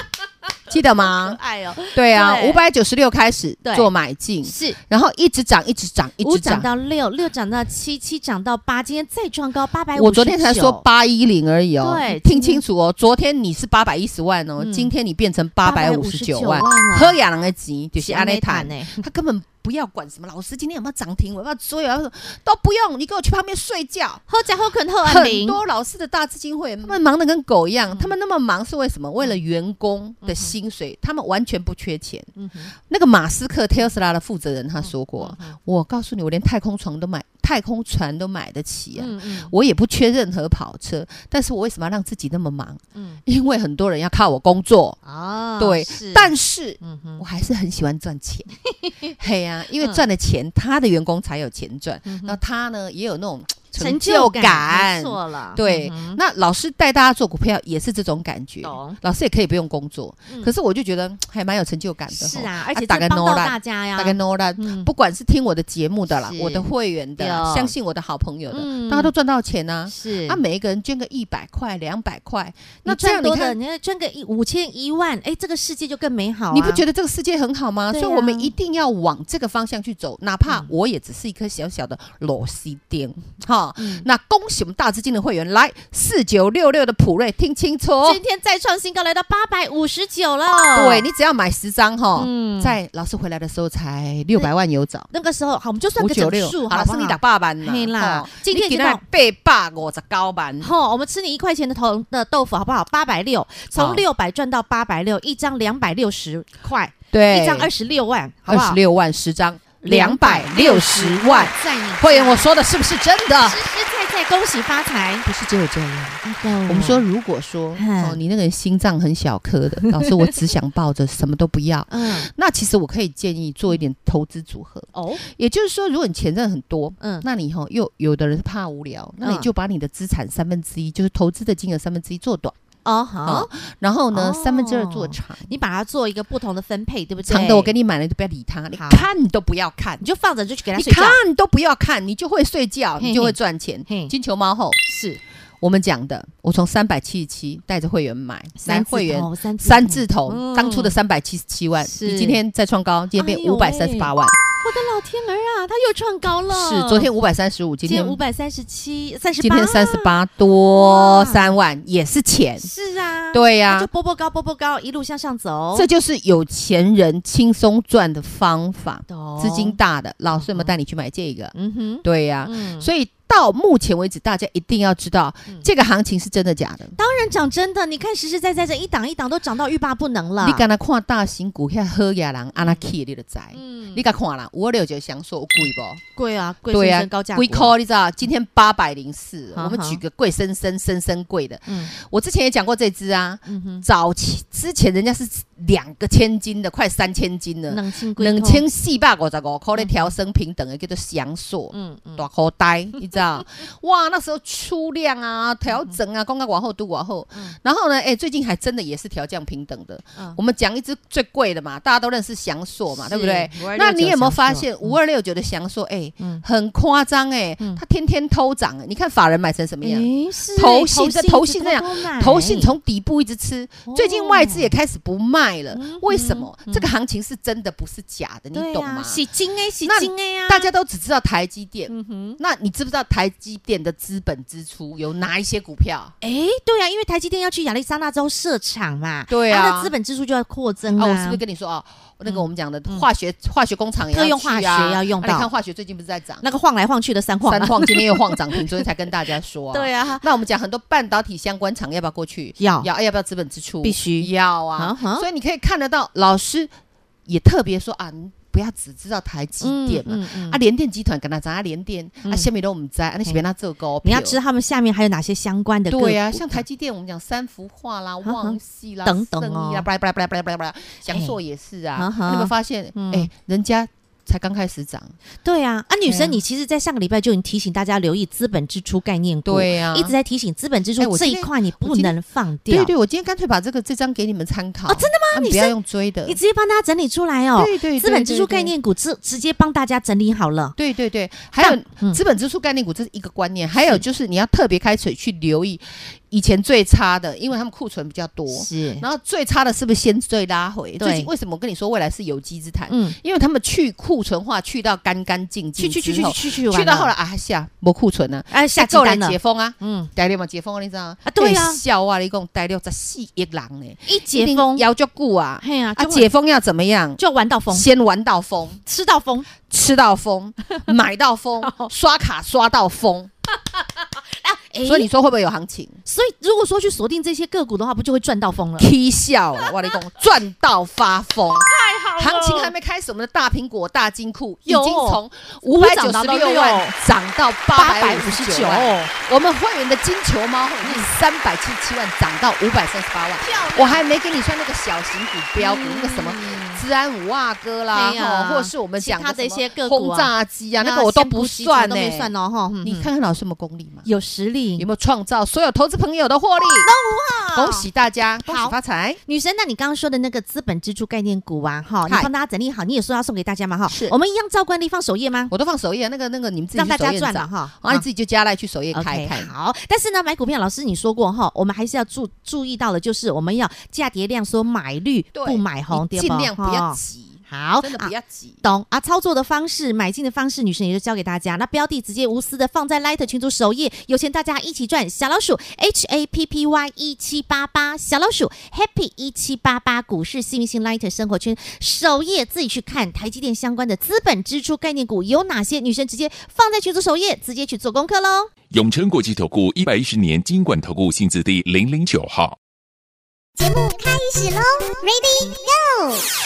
[SPEAKER 2] 记 得吗？
[SPEAKER 1] 哎呦，
[SPEAKER 2] 对啊，
[SPEAKER 1] 对
[SPEAKER 2] 五百九十六开始
[SPEAKER 1] 对
[SPEAKER 2] 做买进，
[SPEAKER 1] 是
[SPEAKER 2] 然后一直涨，一直涨，一
[SPEAKER 1] 五
[SPEAKER 2] 直
[SPEAKER 1] 涨
[SPEAKER 2] 涨。
[SPEAKER 1] 到六，六涨到七，七涨到八，今天再创高八百五。
[SPEAKER 2] 我昨天才说八一零而已哦
[SPEAKER 1] 对，
[SPEAKER 2] 听清楚哦，昨天你是八百一十万哦
[SPEAKER 1] 嗯，
[SPEAKER 2] 今天你变成八百五十九万
[SPEAKER 1] 859万了，
[SPEAKER 2] 喝亚郎的急就是
[SPEAKER 1] 是
[SPEAKER 2] 阿
[SPEAKER 1] 安
[SPEAKER 2] 内
[SPEAKER 1] 内
[SPEAKER 2] 坦
[SPEAKER 1] 坦。呢，
[SPEAKER 2] 他根本不要管什么老师今天有没有涨停，我要不要追，我要不要都不用，你给我去旁边睡觉。
[SPEAKER 1] 后加后肯后安
[SPEAKER 2] 很
[SPEAKER 1] 林，
[SPEAKER 2] 多老师的大资金会嗯员，他们忙得跟狗一样，他们那么忙是为什么？为了员工的薪水，他们完全不缺钱。
[SPEAKER 1] 嗯哼
[SPEAKER 2] 那个马斯克 Tesla 的负责人他说过
[SPEAKER 1] 嗯嗯嗯：“
[SPEAKER 2] 我告诉你，我连太空船都买， 太空船都买得起啊。”
[SPEAKER 1] 嗯嗯
[SPEAKER 2] 我也不缺任何跑车，但是我为什么要让自己那么忙？
[SPEAKER 1] 嗯，
[SPEAKER 2] 因为很多人要靠我工作，
[SPEAKER 1] 哦，
[SPEAKER 2] 对。
[SPEAKER 1] 是
[SPEAKER 2] 但是
[SPEAKER 1] 嗯哼
[SPEAKER 2] 我还是很喜欢赚钱， 嘿呀、因为赚了钱，他的员工才有钱赚，那、他呢也有那种嗯成就感。
[SPEAKER 1] 错了，
[SPEAKER 2] 对，
[SPEAKER 1] 嗯哼
[SPEAKER 2] 那老师带大家做股票也是这种感觉
[SPEAKER 1] 懂，
[SPEAKER 2] 老师也可以不用工作，
[SPEAKER 1] 嗯
[SPEAKER 2] 可是我就觉得还蛮有成就感的吼。
[SPEAKER 1] 是啊，而且
[SPEAKER 2] 打个
[SPEAKER 1] 这帮
[SPEAKER 2] no
[SPEAKER 1] 到
[SPEAKER 2] 啦
[SPEAKER 1] 大家呀，
[SPEAKER 2] 大概 no 啦，
[SPEAKER 1] 嗯
[SPEAKER 2] 不管是听我的节目的啦
[SPEAKER 1] 是，
[SPEAKER 2] 我的会员的啦，
[SPEAKER 1] 有
[SPEAKER 2] 相信我的好朋友的，
[SPEAKER 1] 嗯
[SPEAKER 2] 大家都赚到钱啊。
[SPEAKER 1] 是
[SPEAKER 2] 啊，每一个人捐个一百块、两百块，那
[SPEAKER 1] 那
[SPEAKER 2] 这样
[SPEAKER 1] 赚多
[SPEAKER 2] 你
[SPEAKER 1] 的，
[SPEAKER 2] 看，
[SPEAKER 1] 你要赚个一五千一万，哎，这个世界就更美好啊。
[SPEAKER 2] 你不觉得这个世界很好吗？
[SPEAKER 1] 对
[SPEAKER 2] 所
[SPEAKER 1] 啊嗯
[SPEAKER 2] 以我们一定要往这个方向去走，哪怕我也只是一颗小小的螺丝钉，哈。
[SPEAKER 1] 嗯
[SPEAKER 2] 那恭喜我们大资金的会员，来四九六六的普瑞，听清楚哦，
[SPEAKER 1] 今天再创新高，来到八百五十九了。
[SPEAKER 2] 对你只要买十张哈，
[SPEAKER 1] 哦嗯
[SPEAKER 2] 在老师回来的时候才六百万有找。
[SPEAKER 1] 那个时候好，我们就算
[SPEAKER 2] 五
[SPEAKER 1] 个
[SPEAKER 2] 九
[SPEAKER 1] 整
[SPEAKER 2] 六，
[SPEAKER 1] 数，好
[SPEAKER 2] 好了，
[SPEAKER 1] 不
[SPEAKER 2] 是
[SPEAKER 1] 好
[SPEAKER 2] 你打八班啦，
[SPEAKER 1] 嘿啦
[SPEAKER 2] 吼
[SPEAKER 1] 今天
[SPEAKER 2] 你给
[SPEAKER 1] 已经
[SPEAKER 2] 他八百五十九万，
[SPEAKER 1] 吼，我们吃你一块钱的头的豆腐好不好？八百六，
[SPEAKER 2] 好
[SPEAKER 1] 从六百赚到八百六，一张两百六十块，
[SPEAKER 2] 对，
[SPEAKER 1] 一张二十六万，好
[SPEAKER 2] 二
[SPEAKER 1] 不
[SPEAKER 2] 十
[SPEAKER 1] 好？
[SPEAKER 2] 六万十张，两百六十万。
[SPEAKER 1] 在你
[SPEAKER 2] 会员，我说的是不是真的
[SPEAKER 1] 实？实在在恭喜发财。哦
[SPEAKER 2] 不是只有这样。
[SPEAKER 1] 我
[SPEAKER 2] 我们说，，如果说
[SPEAKER 1] 嗯
[SPEAKER 2] 哦，你那个人心脏很小颗的，老师，我只想抱着什么都不要。
[SPEAKER 1] 嗯，
[SPEAKER 2] 那其实我可以建议做一点投资组合，
[SPEAKER 1] 哦，
[SPEAKER 2] 也就是说，如果你钱挣很多，
[SPEAKER 1] 嗯，
[SPEAKER 2] 那你哈、又有的人是怕无聊，那你
[SPEAKER 1] 嗯
[SPEAKER 2] 就把你的资产三分之一，就是投资的金额三分之一做短
[SPEAKER 1] 哦
[SPEAKER 2] 啊、
[SPEAKER 1] 好
[SPEAKER 2] 哦，然后呢
[SPEAKER 1] 哦
[SPEAKER 2] 三分之二做长，
[SPEAKER 1] 你把它做一个不同的分配，对不对？
[SPEAKER 2] 长的我给
[SPEAKER 1] 你，
[SPEAKER 2] 你买了就不要理它，你
[SPEAKER 1] 好
[SPEAKER 2] 看都不要看
[SPEAKER 1] 你，就放着就去给它
[SPEAKER 2] 你
[SPEAKER 1] 睡觉。
[SPEAKER 2] 看都不要看，你就会睡觉，
[SPEAKER 1] 嘿
[SPEAKER 2] 你就会赚钱
[SPEAKER 1] 嘿。
[SPEAKER 2] 金球猫后
[SPEAKER 1] 是
[SPEAKER 2] 我们讲的，我从三百七十七带着会员买，来
[SPEAKER 1] 三字
[SPEAKER 2] 会员
[SPEAKER 1] 头三
[SPEAKER 2] 三
[SPEAKER 1] 头
[SPEAKER 2] 字头，
[SPEAKER 1] 嗯
[SPEAKER 2] 当初的三百七十七万，
[SPEAKER 1] 是
[SPEAKER 2] 你今天再创高，今天变
[SPEAKER 1] 哎呦
[SPEAKER 2] 五
[SPEAKER 1] 喂
[SPEAKER 2] 百三十八万，
[SPEAKER 1] 我的老天儿啊，它又创高了。
[SPEAKER 2] 是昨天五百三十五，今
[SPEAKER 1] 今
[SPEAKER 2] 天
[SPEAKER 1] 天五百三十七，三十
[SPEAKER 2] 今
[SPEAKER 1] 八，
[SPEAKER 2] 天三十八多
[SPEAKER 1] 哇
[SPEAKER 2] 三万也是钱，
[SPEAKER 1] 是啊，
[SPEAKER 2] 对
[SPEAKER 1] 它
[SPEAKER 2] 呀、
[SPEAKER 1] 就波波高，波波高，一路向上走。
[SPEAKER 2] 这就是有钱人轻松赚的方法。
[SPEAKER 1] 懂
[SPEAKER 2] 资金，大的老师有没有带你去买这个？
[SPEAKER 1] 哦嗯哼，
[SPEAKER 2] 对呀、
[SPEAKER 1] 嗯，
[SPEAKER 2] 所以到目前为止，大家一定要知道这个行情是真的假的。
[SPEAKER 1] 当然讲真的，你看实实在在这一档一档都涨到欲罢不能了。
[SPEAKER 2] 你刚才看大型股票喝亚郎阿拉 key 你就知，
[SPEAKER 1] 嗯
[SPEAKER 2] 你敢看啦？五二六九想说我贵不？
[SPEAKER 1] 贵啊，嗯贵
[SPEAKER 2] 对
[SPEAKER 1] 生
[SPEAKER 2] 啊
[SPEAKER 1] 生高价股
[SPEAKER 2] 贵，call 你知道？今天八百零四，
[SPEAKER 1] 好
[SPEAKER 2] 我们
[SPEAKER 1] 好
[SPEAKER 2] 举个贵生生生生贵的。
[SPEAKER 1] 嗯
[SPEAKER 2] 我之前也讲过这只啊，
[SPEAKER 1] 嗯哼，
[SPEAKER 2] 早期之前人家是两个千金的，快三千金了，
[SPEAKER 1] 冷清贵，
[SPEAKER 2] 两，千四百五十五块咧调升平等的叫做祥硕。
[SPEAKER 1] 嗯嗯，
[SPEAKER 2] 大口 袋，你知道？哇，那时候出量啊，调
[SPEAKER 1] 嗯
[SPEAKER 2] 整啊，公告往后都往后。然后呢，哎、最近还真的也是调降平等的。
[SPEAKER 1] 嗯
[SPEAKER 2] 我们讲一只最贵的嘛，大家都认识祥硕嘛，
[SPEAKER 1] 是
[SPEAKER 2] 对不对？
[SPEAKER 1] 529
[SPEAKER 2] 那你有没有发
[SPEAKER 1] 祥硕
[SPEAKER 2] 现
[SPEAKER 1] 嗯
[SPEAKER 2] 五二六九的祥硕，哎、
[SPEAKER 1] 嗯
[SPEAKER 2] 很夸张哎，
[SPEAKER 1] 嗯哎
[SPEAKER 2] 他天天偷涨、哎你看法人买成什么样？
[SPEAKER 1] 诶，是诶
[SPEAKER 2] 投信啊在投信那样，
[SPEAKER 1] 一直偷偷买
[SPEAKER 2] 投信从底部一直吃，
[SPEAKER 1] 哦
[SPEAKER 2] 最近外资也开始不卖了。
[SPEAKER 1] 嗯
[SPEAKER 2] 为什么？
[SPEAKER 1] 嗯
[SPEAKER 2] 这个行情是真的，不是假的，你
[SPEAKER 1] 对
[SPEAKER 2] 懂
[SPEAKER 1] 啊
[SPEAKER 2] 吗？
[SPEAKER 1] 洗金 A，洗
[SPEAKER 2] 那
[SPEAKER 1] 金 A 啊，
[SPEAKER 2] 大家都只知道台积电，
[SPEAKER 1] 嗯哼。
[SPEAKER 2] 那你知不知道台积电的资本支出有哪一些股票？
[SPEAKER 1] 哎，对啊，因为台积电要去亚利桑那州设厂嘛，
[SPEAKER 2] 对啊
[SPEAKER 1] 它的资本支出就要扩增啊。嗯
[SPEAKER 2] 啊，我是不是跟你说啊？那个我们讲的化学化学工厂也要
[SPEAKER 1] 特用
[SPEAKER 2] 去啊
[SPEAKER 1] 化学要用
[SPEAKER 2] 啊
[SPEAKER 1] 到
[SPEAKER 2] 你看化学最近不是在涨，
[SPEAKER 1] 那个晃来晃去的三晃啊？
[SPEAKER 2] 三晃今天又晃涨 停，昨天才跟大家说。
[SPEAKER 1] 对。啊，
[SPEAKER 2] 那我们讲很多半导体相关厂要不要过去？
[SPEAKER 1] 要
[SPEAKER 2] 要，要不要资本支出？
[SPEAKER 1] 必须
[SPEAKER 2] 要
[SPEAKER 1] 啊
[SPEAKER 2] 啊。
[SPEAKER 1] 哈
[SPEAKER 2] 所以你可以看得到，老师也特别说啊，你不要只知道台积电嘛。
[SPEAKER 1] 嗯嗯嗯
[SPEAKER 2] 啊，联电集团跟他咱啊，联电啊，
[SPEAKER 1] 嗯
[SPEAKER 2] 下面都我们在，啊，你是别他做高，
[SPEAKER 1] 你要知道他们下面还有哪些相关的个
[SPEAKER 2] 对呀、
[SPEAKER 1] 股
[SPEAKER 2] 像台积电，我们讲三幅画啦、
[SPEAKER 1] 哈
[SPEAKER 2] 旺系啦、
[SPEAKER 1] 等等哦哎
[SPEAKER 2] 生意啦，巴拉巴拉巴拉巴拉巴拉巴拉，翔硕也是啊
[SPEAKER 1] 哈。哈
[SPEAKER 2] 你有没有发现？
[SPEAKER 1] 嗯
[SPEAKER 2] 哎，人家才刚开始涨。
[SPEAKER 1] 对啊，啊，女
[SPEAKER 2] 对啊
[SPEAKER 1] 生，你其实，在上个礼拜就已经提醒大家留意资本支出概念股，
[SPEAKER 2] 对呀
[SPEAKER 1] 一直在提醒资本支出
[SPEAKER 2] 哎我
[SPEAKER 1] 这
[SPEAKER 2] 今
[SPEAKER 1] 一
[SPEAKER 2] 天
[SPEAKER 1] 块你
[SPEAKER 2] 我
[SPEAKER 1] 不
[SPEAKER 2] 今天
[SPEAKER 1] 能放掉。
[SPEAKER 2] 对对，我今天干脆把这个这张给你们参考。
[SPEAKER 1] 哦真
[SPEAKER 2] 的吗
[SPEAKER 1] 你
[SPEAKER 2] 不要
[SPEAKER 1] 是
[SPEAKER 2] 用追的
[SPEAKER 1] 你。直接帮大家整理出来哦。
[SPEAKER 2] 对对，
[SPEAKER 1] 资本支出
[SPEAKER 2] 对
[SPEAKER 1] 概。念股直直接帮大家整理好了。
[SPEAKER 2] 对对对对，还有
[SPEAKER 1] 嗯
[SPEAKER 2] 资本支出概念股，这是一个观念。还有就是你要特别开始去留意以前最差的，因为他们库存比较多，
[SPEAKER 1] 是，
[SPEAKER 2] 然后最差的是不是先最拉回？
[SPEAKER 1] 对
[SPEAKER 2] 最近为什么我跟你说未来是有机之谈？
[SPEAKER 1] 嗯，
[SPEAKER 2] 因为他们去库存化去到干干净
[SPEAKER 1] 去
[SPEAKER 2] 净之
[SPEAKER 1] 去
[SPEAKER 2] 后，
[SPEAKER 1] 去去去去完
[SPEAKER 2] 去到后来，啊下没库存啊，
[SPEAKER 1] 哎，下
[SPEAKER 2] 够
[SPEAKER 1] 订
[SPEAKER 2] 来
[SPEAKER 1] 单了
[SPEAKER 2] 解，封啊，
[SPEAKER 1] 嗯，
[SPEAKER 2] 大陆嘛解封啊，你知道吗
[SPEAKER 1] 啊对啊
[SPEAKER 2] 哎笑啊，你共大陆十四亿人呢，
[SPEAKER 1] 一解封，
[SPEAKER 2] 要就顾啊，
[SPEAKER 1] 嘿呀，
[SPEAKER 2] 啊
[SPEAKER 1] 就
[SPEAKER 2] 解封要怎么样？
[SPEAKER 1] 就玩到啊疯，
[SPEAKER 2] 先玩到 疯，
[SPEAKER 1] 吃到疯，
[SPEAKER 2] 吃到疯，买 到疯，
[SPEAKER 1] 哦
[SPEAKER 2] 刷卡刷到疯，所
[SPEAKER 1] 所
[SPEAKER 2] 以
[SPEAKER 1] 以
[SPEAKER 2] 你说会不会有行情？
[SPEAKER 1] 所以如果说去锁定这些个股的话，不就会赚到 疯了？
[SPEAKER 2] 踢笑啊，我跟你共赚到发疯，行情还没开始，我们的大苹果、大金库已
[SPEAKER 1] 有
[SPEAKER 2] 经
[SPEAKER 1] 哦
[SPEAKER 2] 从五
[SPEAKER 1] 股
[SPEAKER 2] 百九
[SPEAKER 1] 涨
[SPEAKER 2] 十
[SPEAKER 1] 到
[SPEAKER 2] 六
[SPEAKER 1] 六
[SPEAKER 2] 万涨到八百五十
[SPEAKER 1] 859
[SPEAKER 2] 九万。嗯我们会员的金球猫会是三百七十七万涨到五百三十八万，我还没跟你算那个小型股标股，那个什么
[SPEAKER 1] 嗯
[SPEAKER 2] 治安五啊哥啦，
[SPEAKER 1] 对呀
[SPEAKER 2] 吼或是我们讲
[SPEAKER 1] 其他的
[SPEAKER 2] 什么
[SPEAKER 1] 一些个股啊
[SPEAKER 2] 轰炸机啊，那个我都不算嗯
[SPEAKER 1] 都
[SPEAKER 2] 呢。
[SPEAKER 1] 没算哦，哈，
[SPEAKER 2] 你看看老师有没有功力嘛？
[SPEAKER 1] 有实力
[SPEAKER 2] 有，没有创造所有投资朋友的获利？恭喜大家，恭喜
[SPEAKER 1] 好
[SPEAKER 2] 发财！
[SPEAKER 1] 女神，那你刚刚说的那个资本支出概念股啊，哈，你
[SPEAKER 2] 嗨
[SPEAKER 1] 帮大家整理好，你也说要送给大家嘛，哈，
[SPEAKER 2] 是
[SPEAKER 1] 我们一样照惯例放首页吗？
[SPEAKER 2] 我都放首页，那个那个你们自己
[SPEAKER 1] 让
[SPEAKER 2] 去
[SPEAKER 1] 大
[SPEAKER 2] 首
[SPEAKER 1] 家
[SPEAKER 2] 页
[SPEAKER 1] 赚
[SPEAKER 2] 找
[SPEAKER 1] 了哈，
[SPEAKER 2] 啊，你自己就加来去首页
[SPEAKER 1] OK，
[SPEAKER 2] 看一看。
[SPEAKER 1] 好，但是呢，买股票老师你说过哈，我们还是要注注意到的，就是我们要价跌量缩，买绿
[SPEAKER 2] 对
[SPEAKER 1] 不买红，
[SPEAKER 2] 你
[SPEAKER 1] 对
[SPEAKER 2] 尽量不要
[SPEAKER 1] 哈
[SPEAKER 2] 急，
[SPEAKER 1] 好，
[SPEAKER 2] 真的
[SPEAKER 1] 啊
[SPEAKER 2] 不要急。
[SPEAKER 1] 懂啊，操作的方式、买进的方式，女神也就教给大家。那标的直接无私的放在 Light 群组首页，有钱大家一起赚。小老鼠 H A P P Y 一七八八，小老鼠 Happy 一七八八，股市幸运星 Light 生活圈首页自己去看台积电相关的资本支出概念股有哪些，女神直接放在群组首页，直接去做功课喽。
[SPEAKER 3] 永诚国际投顾一百一十年金管投顾性质第零零九号。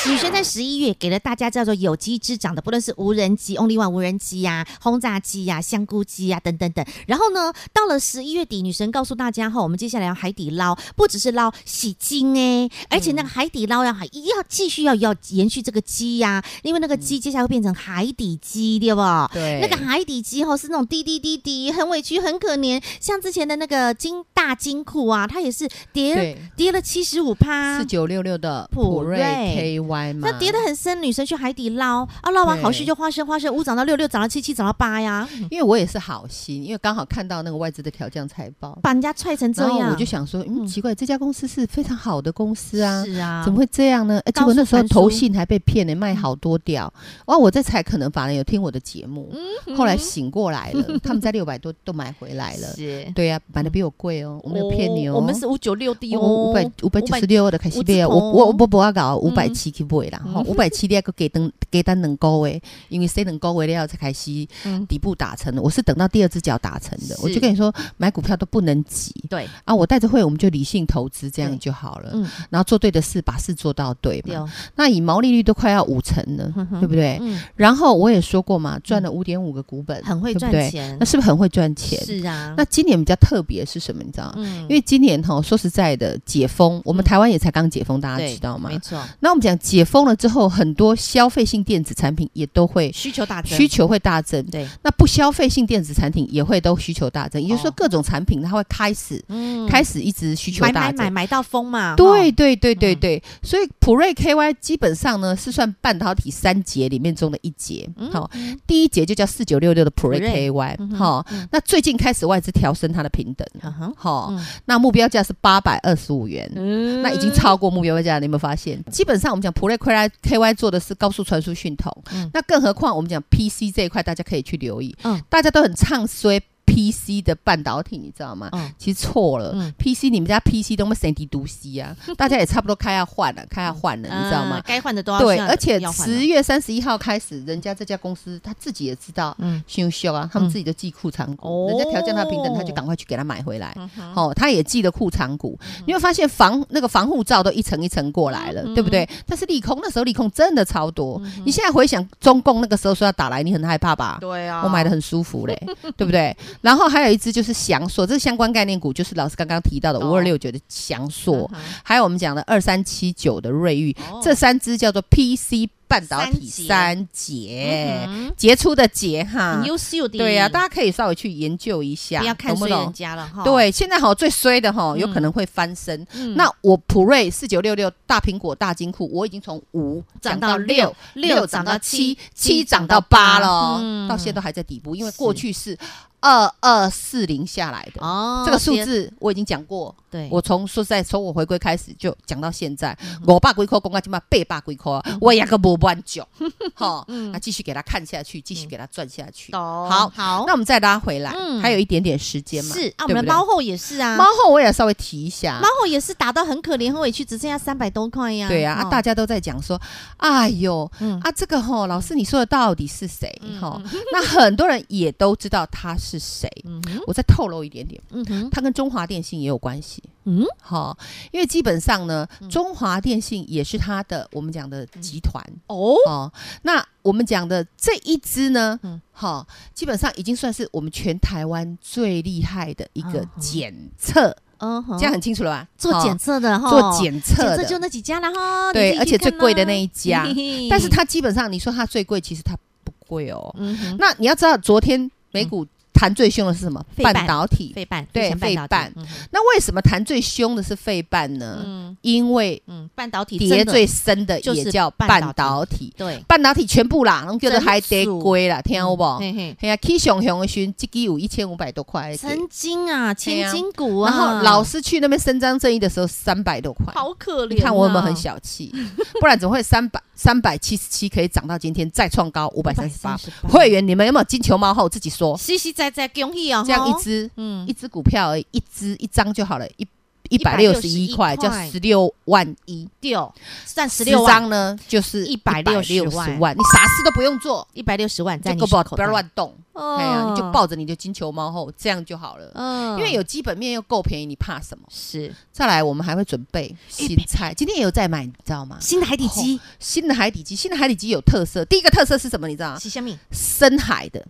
[SPEAKER 1] 女生在十一月给了大家叫做有机之长的，不论是无人机、Only One 无人机呀、轰炸机呀、香菇机呀、等等等。然后呢，到了十一月底，女神告诉大家哈，我们接下来要海底捞，不只是捞洗精哎，而且
[SPEAKER 2] 嗯
[SPEAKER 1] 那个海底捞要还要继续要要延续这个鸡呀、因为那个鸡接下来会变成海底鸡，对不？
[SPEAKER 2] 嗯对
[SPEAKER 1] 那个海底鸡吼是那种滴滴滴滴，很委屈，很可怜。像之前的那个金大金库啊，它也是跌
[SPEAKER 2] 对
[SPEAKER 1] 跌了七十五趴，
[SPEAKER 2] 四九六六的
[SPEAKER 1] 啊普
[SPEAKER 2] 普
[SPEAKER 1] 瑞
[SPEAKER 2] 瑞 KY 嘛，
[SPEAKER 1] 那跌得很深，女生去海底捞啊，捞完好事就花生，花生五涨到六，六涨到七，七涨到八 呀，
[SPEAKER 2] 因为我也是好心，因为刚好看到那个外资的调降财报，
[SPEAKER 1] 把人家踹成这
[SPEAKER 2] 然后
[SPEAKER 1] 样，
[SPEAKER 2] 我就想说，嗯，
[SPEAKER 1] 嗯
[SPEAKER 2] 奇怪，这家公司是非常好的公司啊。
[SPEAKER 1] 是啊，
[SPEAKER 2] 怎么会这样呢？哎，
[SPEAKER 1] 高
[SPEAKER 2] 结果那
[SPEAKER 1] 速
[SPEAKER 2] 时候
[SPEAKER 1] 传输
[SPEAKER 2] 投信还被骗呢，卖好多掉。哇，我在猜，可能法人有听我的节目，
[SPEAKER 1] 嗯
[SPEAKER 2] 后来醒过来了，他们在六百多都买回来了。
[SPEAKER 1] 是？
[SPEAKER 2] 对呀，买的比我贵哦，我没有骗你哦。
[SPEAKER 1] 嗯我们是五九六 D 哦，
[SPEAKER 2] 五百五百九十六的开始
[SPEAKER 1] 五
[SPEAKER 2] 买，
[SPEAKER 1] 字头
[SPEAKER 2] 我我我不要搞五百
[SPEAKER 1] 嗯
[SPEAKER 2] 七去买啦，吼五百七你还佫加等加等两个月，因为说两个月了才开始
[SPEAKER 1] 嗯
[SPEAKER 2] 底部打成的，我是等到第二只脚打成的，
[SPEAKER 1] 是
[SPEAKER 2] 我就跟你说买股票都不能急
[SPEAKER 1] 对，
[SPEAKER 2] 啊，我带着会我们就理性投资这
[SPEAKER 1] 对
[SPEAKER 2] 样就好了，
[SPEAKER 1] 嗯，
[SPEAKER 2] 然后做对的事，把事做到对
[SPEAKER 1] 对
[SPEAKER 2] 嘛
[SPEAKER 1] 哦，，
[SPEAKER 2] 那以毛利率都快要五成了
[SPEAKER 1] 嗯，哼
[SPEAKER 2] 对不对？
[SPEAKER 1] 嗯，
[SPEAKER 2] 然后我也说过嘛，赚了五点五个股本，
[SPEAKER 1] 很会
[SPEAKER 2] 对不
[SPEAKER 1] 赚
[SPEAKER 2] 对，
[SPEAKER 1] 钱
[SPEAKER 2] 那，是不是很会赚钱？
[SPEAKER 1] 是啊，
[SPEAKER 2] 那今年比较特别是什么？你知道吗？
[SPEAKER 1] 嗯
[SPEAKER 2] 因为今年哈，说实在的，解封，我们
[SPEAKER 1] 嗯
[SPEAKER 2] 台湾也才刚解封，大家
[SPEAKER 1] 对
[SPEAKER 2] 知道吗
[SPEAKER 1] 没？错，
[SPEAKER 2] 那我们讲解封了之后，很多消费性电子产品也都会
[SPEAKER 1] 需求大增，
[SPEAKER 2] 需求会大增，
[SPEAKER 1] 对，
[SPEAKER 2] 那不消费性电子产品也会都需求大增，也就是说
[SPEAKER 1] 哦
[SPEAKER 2] 各种产品它会开始
[SPEAKER 1] 嗯
[SPEAKER 2] 开始一直需求
[SPEAKER 1] 买
[SPEAKER 2] 大
[SPEAKER 1] 买买
[SPEAKER 2] 增。
[SPEAKER 1] 买到疯嘛，
[SPEAKER 2] 对对对对
[SPEAKER 1] 嗯
[SPEAKER 2] 对，所以普瑞 KY 基本上呢是算半导体三节里面中的一节。好、第一节就叫四九六六的普瑞
[SPEAKER 1] 普瑞
[SPEAKER 2] KY。
[SPEAKER 1] 哼
[SPEAKER 2] 好、
[SPEAKER 1] 嗯嗯
[SPEAKER 2] 那最近开始外资调升它的平等。
[SPEAKER 1] 哈，嗯哼
[SPEAKER 2] 好、
[SPEAKER 1] 嗯
[SPEAKER 2] 那目标价是八百二十五元。
[SPEAKER 1] 嗯
[SPEAKER 2] 那已经超过目标价，你有没有发现？基本上我们讲普瑞 KY KY 做的是高速传输讯筒，
[SPEAKER 1] 嗯
[SPEAKER 2] 那更何况我们讲 PC 这一块，大家可以去留意，
[SPEAKER 1] 嗯
[SPEAKER 2] 大家都很唱衰 PC 的半导体，你知道吗？
[SPEAKER 1] 嗯
[SPEAKER 2] 其实错了、
[SPEAKER 1] 嗯
[SPEAKER 2] p c 你们家 PC 都没谁滴毒吸 啊，大家也差不多开要换了，开要换了，你知道吗
[SPEAKER 1] 嗯？该换的都要
[SPEAKER 2] 对，
[SPEAKER 1] 换
[SPEAKER 2] 而且
[SPEAKER 1] 要换了
[SPEAKER 2] 十月三十一号开始，人家这家公司他自己也知道，
[SPEAKER 1] 嗯
[SPEAKER 2] 嗯，修修啊，他们自己就记库藏股，
[SPEAKER 1] 哦嗯
[SPEAKER 2] 人家调降它平等，他就赶快去给他买回来，哦，他也记了库藏股，你会发现防那个防护罩都一层一层过来
[SPEAKER 1] 嗯
[SPEAKER 2] 了，对不对？但是利空那时候利空真的超多，你现在回想中共那个时候说要打来，你很害怕吧？
[SPEAKER 1] 对啊
[SPEAKER 2] 我买的很舒服嘞， 对不对？然后还有一只就是翔硕，这相关概念股就是老师刚刚提到的
[SPEAKER 1] 哦
[SPEAKER 2] 五二六九的翔硕，
[SPEAKER 1] 嗯哼
[SPEAKER 2] 还有我们讲的二三七九的瑞昱，
[SPEAKER 1] 哦
[SPEAKER 2] 这三只叫做 PC 半导体
[SPEAKER 1] 三
[SPEAKER 2] 三杰，
[SPEAKER 1] 嗯
[SPEAKER 2] 杰出的杰哈
[SPEAKER 1] 很，优秀的，
[SPEAKER 2] 对呀、大家可以稍微去研究一下，
[SPEAKER 1] 不要看
[SPEAKER 2] 懂不
[SPEAKER 1] 衰人
[SPEAKER 2] 懂？
[SPEAKER 1] 家了哈。，嗯
[SPEAKER 2] 对，现在好最衰的哈，有可能会翻身。那我普瑞四九六六大苹果大金库，我已经从五
[SPEAKER 1] 涨到六，
[SPEAKER 2] 六
[SPEAKER 1] 六涨
[SPEAKER 2] 涨到
[SPEAKER 1] 到
[SPEAKER 2] 七
[SPEAKER 1] 七，，
[SPEAKER 2] 七
[SPEAKER 1] 七
[SPEAKER 2] 涨
[SPEAKER 1] 涨
[SPEAKER 2] 到
[SPEAKER 1] 到
[SPEAKER 2] 八
[SPEAKER 1] 八
[SPEAKER 2] 了哦，
[SPEAKER 1] 嗯
[SPEAKER 2] 到现在都还在底部，因为过去是二二四零下来的。
[SPEAKER 1] 哦，
[SPEAKER 2] 这个数
[SPEAKER 1] 别
[SPEAKER 2] 字我已经讲过，
[SPEAKER 1] 对，
[SPEAKER 2] 我从说实在，从我回归开始就讲到现在，
[SPEAKER 1] 嗯
[SPEAKER 2] 五百几块公告起码八百几块，我也个不挽 久，好，那啊继续给它看下去，继续给它赚下去。
[SPEAKER 1] 嗯懂
[SPEAKER 2] 好，
[SPEAKER 1] 好
[SPEAKER 2] 那我们再拉回来
[SPEAKER 1] 嗯，
[SPEAKER 2] 还有一点点时间嘛，
[SPEAKER 1] 是啊，我
[SPEAKER 2] 对
[SPEAKER 1] 们
[SPEAKER 2] 不
[SPEAKER 1] 的
[SPEAKER 2] 对
[SPEAKER 1] 猫后也是啊，
[SPEAKER 2] 猫后我也稍微提一下
[SPEAKER 1] 猫，后也是打到很可怜，很委屈，只剩下三百多块呀。
[SPEAKER 2] 对啊，
[SPEAKER 1] 哦
[SPEAKER 2] 啊大家都在讲说，哎呦
[SPEAKER 1] 嗯，
[SPEAKER 2] 啊这个吼，老师你说的到底是谁？吼，那很多人也都知道他是谁，
[SPEAKER 1] 嗯哼
[SPEAKER 2] 我再透露一点点，
[SPEAKER 1] 嗯哼
[SPEAKER 2] 它跟中华电信也有关系。
[SPEAKER 1] 嗯，
[SPEAKER 2] 好、因为基本上呢，中华电信也是它的我们讲的集团、
[SPEAKER 1] 哦，
[SPEAKER 2] 哦。那我们讲的这一支呢
[SPEAKER 1] 嗯，
[SPEAKER 2] 好、基本上已经算是我们全台湾最厉害的一个
[SPEAKER 1] 嗯哼
[SPEAKER 2] 检测，
[SPEAKER 1] 嗯哼
[SPEAKER 2] 这样很清楚了吧？
[SPEAKER 1] 做
[SPEAKER 2] 哦
[SPEAKER 1] 检测的哈，
[SPEAKER 2] 做检测
[SPEAKER 1] 检测
[SPEAKER 2] 的，
[SPEAKER 1] 就那几家了哈，
[SPEAKER 2] 对
[SPEAKER 1] 你自
[SPEAKER 2] 而
[SPEAKER 1] 己去
[SPEAKER 2] 且最
[SPEAKER 1] 看
[SPEAKER 2] 贵的
[SPEAKER 1] 啦
[SPEAKER 2] 那一家
[SPEAKER 1] 嘿嘿
[SPEAKER 2] 但是它基本上你说它最贵，其实它不贵哦。
[SPEAKER 1] 嗯哼，
[SPEAKER 2] 那你要知道，昨天美股弹最凶的是什么？
[SPEAKER 1] 费半
[SPEAKER 2] 导体。
[SPEAKER 1] 费半
[SPEAKER 2] 对
[SPEAKER 1] 费
[SPEAKER 2] 费半
[SPEAKER 1] 嗯哼
[SPEAKER 2] 那为什么弹最凶的是费半呢？
[SPEAKER 1] 嗯
[SPEAKER 2] 因为
[SPEAKER 1] 嗯，半导体
[SPEAKER 2] 跌
[SPEAKER 1] 真的
[SPEAKER 2] 最深的
[SPEAKER 1] 就是
[SPEAKER 2] 也叫
[SPEAKER 1] 半导
[SPEAKER 2] 半导体，
[SPEAKER 1] 对，
[SPEAKER 2] 半导体全部啦，拢叫做
[SPEAKER 1] 整
[SPEAKER 2] 海底龟啦，听有无？
[SPEAKER 1] 嗯嘿嘿，
[SPEAKER 2] 哎呀，去熊熊的寻，一支有一千五百多块的价，
[SPEAKER 1] 曾经啊，
[SPEAKER 2] 对啊
[SPEAKER 1] 千金股啊，
[SPEAKER 2] 然后老师去那边伸张正义的时候三百多块，
[SPEAKER 1] 好啊可怜，
[SPEAKER 2] 你看我有没有很？小气？不然怎么会三百三百七十七可以涨到今天再创高五百三十八？
[SPEAKER 1] 538
[SPEAKER 2] 会员你们有没有金球猫后自己说？
[SPEAKER 1] 实实在在恭喜哦，
[SPEAKER 2] 这样一
[SPEAKER 1] 吼，
[SPEAKER 2] 只
[SPEAKER 1] 嗯
[SPEAKER 2] 一只股票而已，一只一张就好了，一一百六十一块叫
[SPEAKER 1] 块
[SPEAKER 2] 十六万一。
[SPEAKER 1] 掉，算十
[SPEAKER 2] 十
[SPEAKER 1] 六万，
[SPEAKER 2] 张呢，就是
[SPEAKER 1] 160
[SPEAKER 2] 160万，你啥事都不用做，
[SPEAKER 1] 一百六十万在
[SPEAKER 2] 就
[SPEAKER 1] 你
[SPEAKER 2] 够不
[SPEAKER 1] 手
[SPEAKER 2] 好，
[SPEAKER 1] 口
[SPEAKER 2] 不要
[SPEAKER 1] 袋，
[SPEAKER 2] 乱动，
[SPEAKER 1] 哦
[SPEAKER 2] 哎呀，你就，抱着你的金球猫后，这样就好了。
[SPEAKER 1] 嗯
[SPEAKER 2] 因为有基本面又够便宜，你怕什么？
[SPEAKER 1] 是
[SPEAKER 2] 再来，我们还会准备新菜，今天也有在买，你知道吗？哦
[SPEAKER 1] 新的海底鸡，
[SPEAKER 2] 新的海底鸡，新的海底鸡有特色，第一个特色是什么？你知道吗？
[SPEAKER 1] 哦是下面
[SPEAKER 2] 深海的，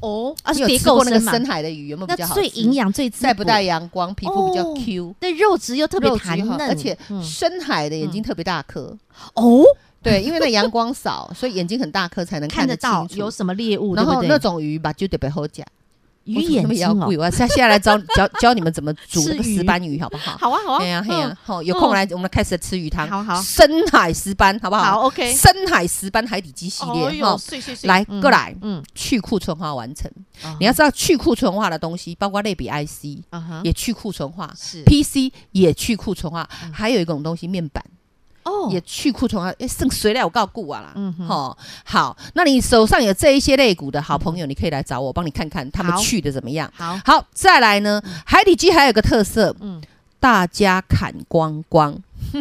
[SPEAKER 1] 哦，而
[SPEAKER 2] 你
[SPEAKER 1] 且
[SPEAKER 2] 有
[SPEAKER 1] 叠
[SPEAKER 2] 吃过
[SPEAKER 1] 够
[SPEAKER 2] 那个
[SPEAKER 1] 深嘛，
[SPEAKER 2] 深海的鱼，有没有比较
[SPEAKER 1] 那
[SPEAKER 2] 好？
[SPEAKER 1] 最营，养最滋
[SPEAKER 2] 晒不
[SPEAKER 1] 补
[SPEAKER 2] 到阳光，皮肤比较
[SPEAKER 1] 哦
[SPEAKER 2] Q，
[SPEAKER 1] 对肉质又特别
[SPEAKER 2] 肉质
[SPEAKER 1] 弹
[SPEAKER 2] 好
[SPEAKER 1] 嫩，
[SPEAKER 2] 而且
[SPEAKER 1] 嗯
[SPEAKER 2] 深海的眼睛特别大颗，
[SPEAKER 1] 哦
[SPEAKER 2] 对，因为那阳光少，所以眼睛很大颗才能
[SPEAKER 1] 看
[SPEAKER 2] 看
[SPEAKER 1] 得
[SPEAKER 2] 得
[SPEAKER 1] 到
[SPEAKER 2] 到。
[SPEAKER 1] 有什么猎物，
[SPEAKER 2] 然后
[SPEAKER 1] 对不对
[SPEAKER 2] 那种鱼吧，就得被后夹。
[SPEAKER 1] 鱼眼睛
[SPEAKER 2] 我
[SPEAKER 1] 哦，
[SPEAKER 2] 我啊下下来教教教你们怎么煮那个
[SPEAKER 1] 吃鱼
[SPEAKER 2] 石斑鱼，好不好？
[SPEAKER 1] 好啊 好啊，
[SPEAKER 2] 对呀对
[SPEAKER 1] 嗯
[SPEAKER 2] 呀，好，有空
[SPEAKER 1] 嗯
[SPEAKER 2] 来我们开始吃鱼汤。
[SPEAKER 1] 好好
[SPEAKER 2] 深海石斑，好不
[SPEAKER 1] 好
[SPEAKER 2] 好？
[SPEAKER 1] OK，
[SPEAKER 2] 深海石斑海底鸡系
[SPEAKER 1] 哦
[SPEAKER 2] 列
[SPEAKER 1] 哟
[SPEAKER 2] 哈，
[SPEAKER 1] 碎碎碎，
[SPEAKER 2] 来
[SPEAKER 1] 嗯啊
[SPEAKER 2] 过，来
[SPEAKER 1] 嗯，
[SPEAKER 2] 去库存化完成。你
[SPEAKER 1] 要
[SPEAKER 2] 要知道去库存化的东西，包括类比 IC
[SPEAKER 1] 啊哈
[SPEAKER 2] 也去库存化
[SPEAKER 1] 是嗯
[SPEAKER 2] ，PC 也去库存化，还有一种东西面板。
[SPEAKER 1] 哦
[SPEAKER 2] 也去库存啊，诶剩谁来我告顾啊啦，
[SPEAKER 1] 嗯哼
[SPEAKER 2] 嗯吼，好，那你手上有这一些类股的好朋友，你可以来找我，帮你看看他们
[SPEAKER 1] 好
[SPEAKER 2] 去的怎么样。
[SPEAKER 1] 好
[SPEAKER 2] 好，再来呢，海底鸡还有一个特色，
[SPEAKER 1] 嗯
[SPEAKER 2] 嗯，大家砍光光，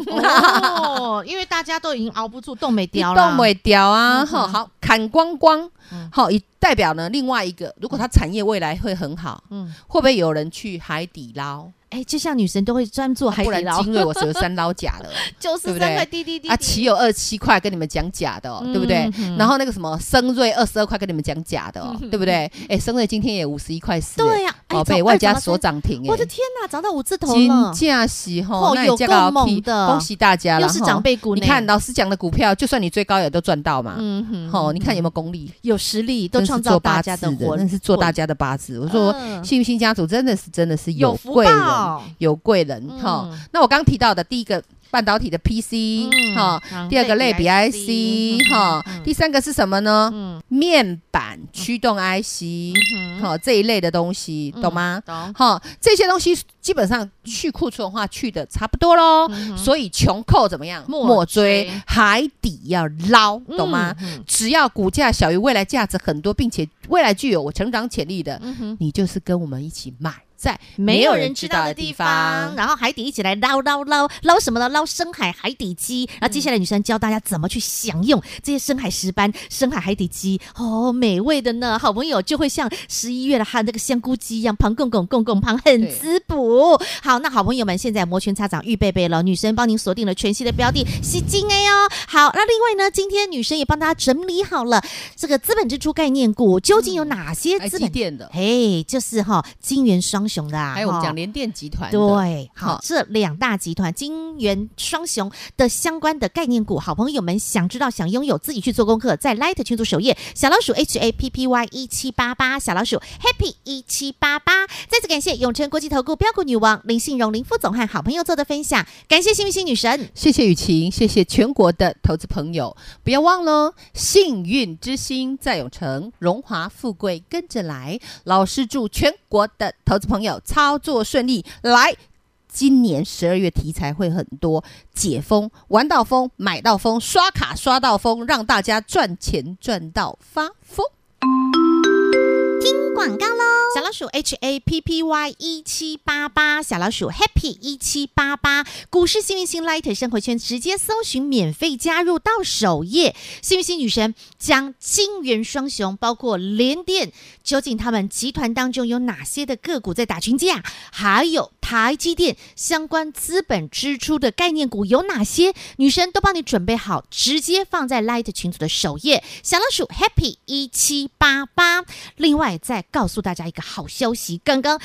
[SPEAKER 1] 哦，因为大家都已经熬不住，冻没
[SPEAKER 2] 你
[SPEAKER 1] 掉了，
[SPEAKER 2] 动尾掉啊，
[SPEAKER 1] 嗯
[SPEAKER 2] 吼，
[SPEAKER 1] 哼
[SPEAKER 2] 好，砍光光
[SPEAKER 1] 嗯，
[SPEAKER 2] 好，也代表呢另外一个，如果它产业未来会很好，
[SPEAKER 1] 嗯，
[SPEAKER 2] 会不会有人去海底捞？
[SPEAKER 1] 哎，就像女神都会专注海
[SPEAKER 2] 不
[SPEAKER 1] 底
[SPEAKER 2] 然
[SPEAKER 1] 捞，
[SPEAKER 2] 精锐我只有三捞假了。
[SPEAKER 1] 九
[SPEAKER 2] 对
[SPEAKER 1] 十
[SPEAKER 2] 不
[SPEAKER 1] 三
[SPEAKER 2] 对
[SPEAKER 1] 块滴滴滴
[SPEAKER 2] 啊，
[SPEAKER 1] 滴
[SPEAKER 2] 奇有二七块跟你们讲假的、哦，
[SPEAKER 1] 嗯
[SPEAKER 2] 对不对？
[SPEAKER 1] 嗯
[SPEAKER 2] 然后那个什么升瑞二十二块跟你们讲假的、哦，对不对？哎，升瑞今天也五十一块
[SPEAKER 1] 嗯
[SPEAKER 2] 四，
[SPEAKER 1] 对呀，哎
[SPEAKER 2] 宝贝，
[SPEAKER 1] 早
[SPEAKER 2] 外
[SPEAKER 1] 哎
[SPEAKER 2] 加
[SPEAKER 1] 早
[SPEAKER 2] 所
[SPEAKER 1] 上
[SPEAKER 2] 涨停，
[SPEAKER 1] 我的
[SPEAKER 2] 哎，
[SPEAKER 1] 天哪，涨到五字头
[SPEAKER 2] 金
[SPEAKER 1] 了，
[SPEAKER 2] 价喜
[SPEAKER 1] 哦
[SPEAKER 2] 吼，那
[SPEAKER 1] 有
[SPEAKER 2] 你价格
[SPEAKER 1] 够猛
[SPEAKER 2] P，
[SPEAKER 1] 的
[SPEAKER 2] 恭喜大家了，
[SPEAKER 1] 又是长
[SPEAKER 2] 吼。
[SPEAKER 1] 辈股
[SPEAKER 2] 你
[SPEAKER 1] 呢，
[SPEAKER 2] 看老师讲的股票，就算你最高也都赚到嘛，
[SPEAKER 1] 嗯哼
[SPEAKER 2] 哦吼，你看有没有功力？
[SPEAKER 1] 有实力，都
[SPEAKER 2] 真是
[SPEAKER 1] 创
[SPEAKER 2] 做
[SPEAKER 1] 造大
[SPEAKER 2] 八
[SPEAKER 1] 家
[SPEAKER 2] 字
[SPEAKER 1] 的活
[SPEAKER 2] 那
[SPEAKER 1] 力，
[SPEAKER 2] 是做大家的八字。我说
[SPEAKER 1] 嗯
[SPEAKER 2] 幸运星家族真的是真的是有
[SPEAKER 1] 有福
[SPEAKER 2] 贵人，
[SPEAKER 1] 报，
[SPEAKER 2] 有贵人哈、
[SPEAKER 1] 嗯
[SPEAKER 2] 那我刚提到的第一个半导体的 PC
[SPEAKER 1] 嗯
[SPEAKER 2] 哈、
[SPEAKER 1] 嗯
[SPEAKER 2] 第二个类比
[SPEAKER 1] 类
[SPEAKER 2] IC 哈、第三个是什么呢？
[SPEAKER 1] 嗯
[SPEAKER 2] 面板驱动 IC
[SPEAKER 1] 嗯
[SPEAKER 2] 好、这一类的东西，懂吗？
[SPEAKER 1] 懂，
[SPEAKER 2] 哈、这些东西基本上去库存化去的差不多喽、所以穷寇怎么样？
[SPEAKER 1] 嗯莫
[SPEAKER 2] 追
[SPEAKER 1] 追
[SPEAKER 2] 海底要捞，懂吗？
[SPEAKER 1] 嗯？嗯
[SPEAKER 2] 只要股价小于未来价值很多，并且未来具有我成长潜力的，
[SPEAKER 1] 嗯哼，
[SPEAKER 2] 你就是跟我们一起买，在
[SPEAKER 1] 没有人知道的地方，。然后海底一起来捞捞捞捞什么呢？捞深海海底鸡。然后接下来女生教大家怎么去享用这些深海石斑、深海海底鸡，哦，美味的呢。好朋友就会像十一月的哈那个香菇鸡一样，胖拱拱拱拱胖，很
[SPEAKER 2] 对
[SPEAKER 1] 滋补。好，那好朋友们现在摩拳擦掌预备备了，女生帮您锁定了全新的标的，吸金 A 哦。好，那另外呢，今天女生也帮大家整理好了这个资本支出概念股究竟有哪些
[SPEAKER 2] 台
[SPEAKER 1] 资
[SPEAKER 2] 积
[SPEAKER 1] 本
[SPEAKER 2] 电的，
[SPEAKER 1] 嘿，就是哈、金元双雄的、啊，
[SPEAKER 2] 还有我们
[SPEAKER 1] 哈
[SPEAKER 2] 讲联电集团的，
[SPEAKER 1] 对，好
[SPEAKER 2] 好，
[SPEAKER 1] 这两大集团金元双雄的相关的概念股，好朋友们想知道、想拥有，自己去做功课，在 Light 群组首页，小老鼠 H A P P Y 一七八八，小老鼠 Happy 一七八八。再次感谢永诚国际投顾标股女王林信荣林副总和好朋友做的分享，感谢幸运星女神。
[SPEAKER 2] 谢谢雨晴，谢谢全国的投资朋友，不要忘了，哦幸运之星在永城，荣华富贵跟着来。老师祝全国的投资朋友操作顺利，来。今年十二月题材会很多，解封、玩到疯、买到疯、刷卡刷到疯，让大家赚钱赚到发疯。
[SPEAKER 1] 广告喽！小老鼠 H A P P Y 一七八八，小老鼠 Happy 一七八八，股市幸运星 Light 生活圈直接搜寻免费加入到首页。幸运星女神将金元双雄，包括联电，究竟他们集团当中有哪些的个股在打群架，还有台积电相关资本支出的概念股有哪些，女神都帮你准备好，直接放在 Light 群组的首页。小老鼠 Happy 一七八八。另外，再告诉大家一个好消息，刚刚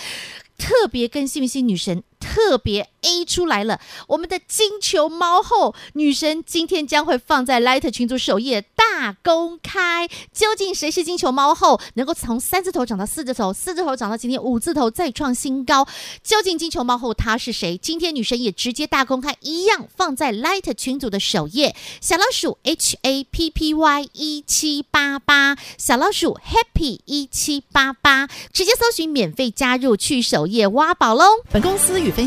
[SPEAKER 1] 特别跟幸运星女神特别 A 出来了，我们的金球猫后女神今天将会放在 Light 群组首页大公开，究竟谁是金球猫后，能够从三字头涨到四字头，四字头涨到今天五字头再创新高，究竟金球猫后她是谁？今天女神也直接大公开，一样放在 Light 群组的首页，小老鼠 H A P P Y 一七八八，小老鼠 Happy 一七八八，直接搜寻免费加入去首页挖宝喽。本公司与分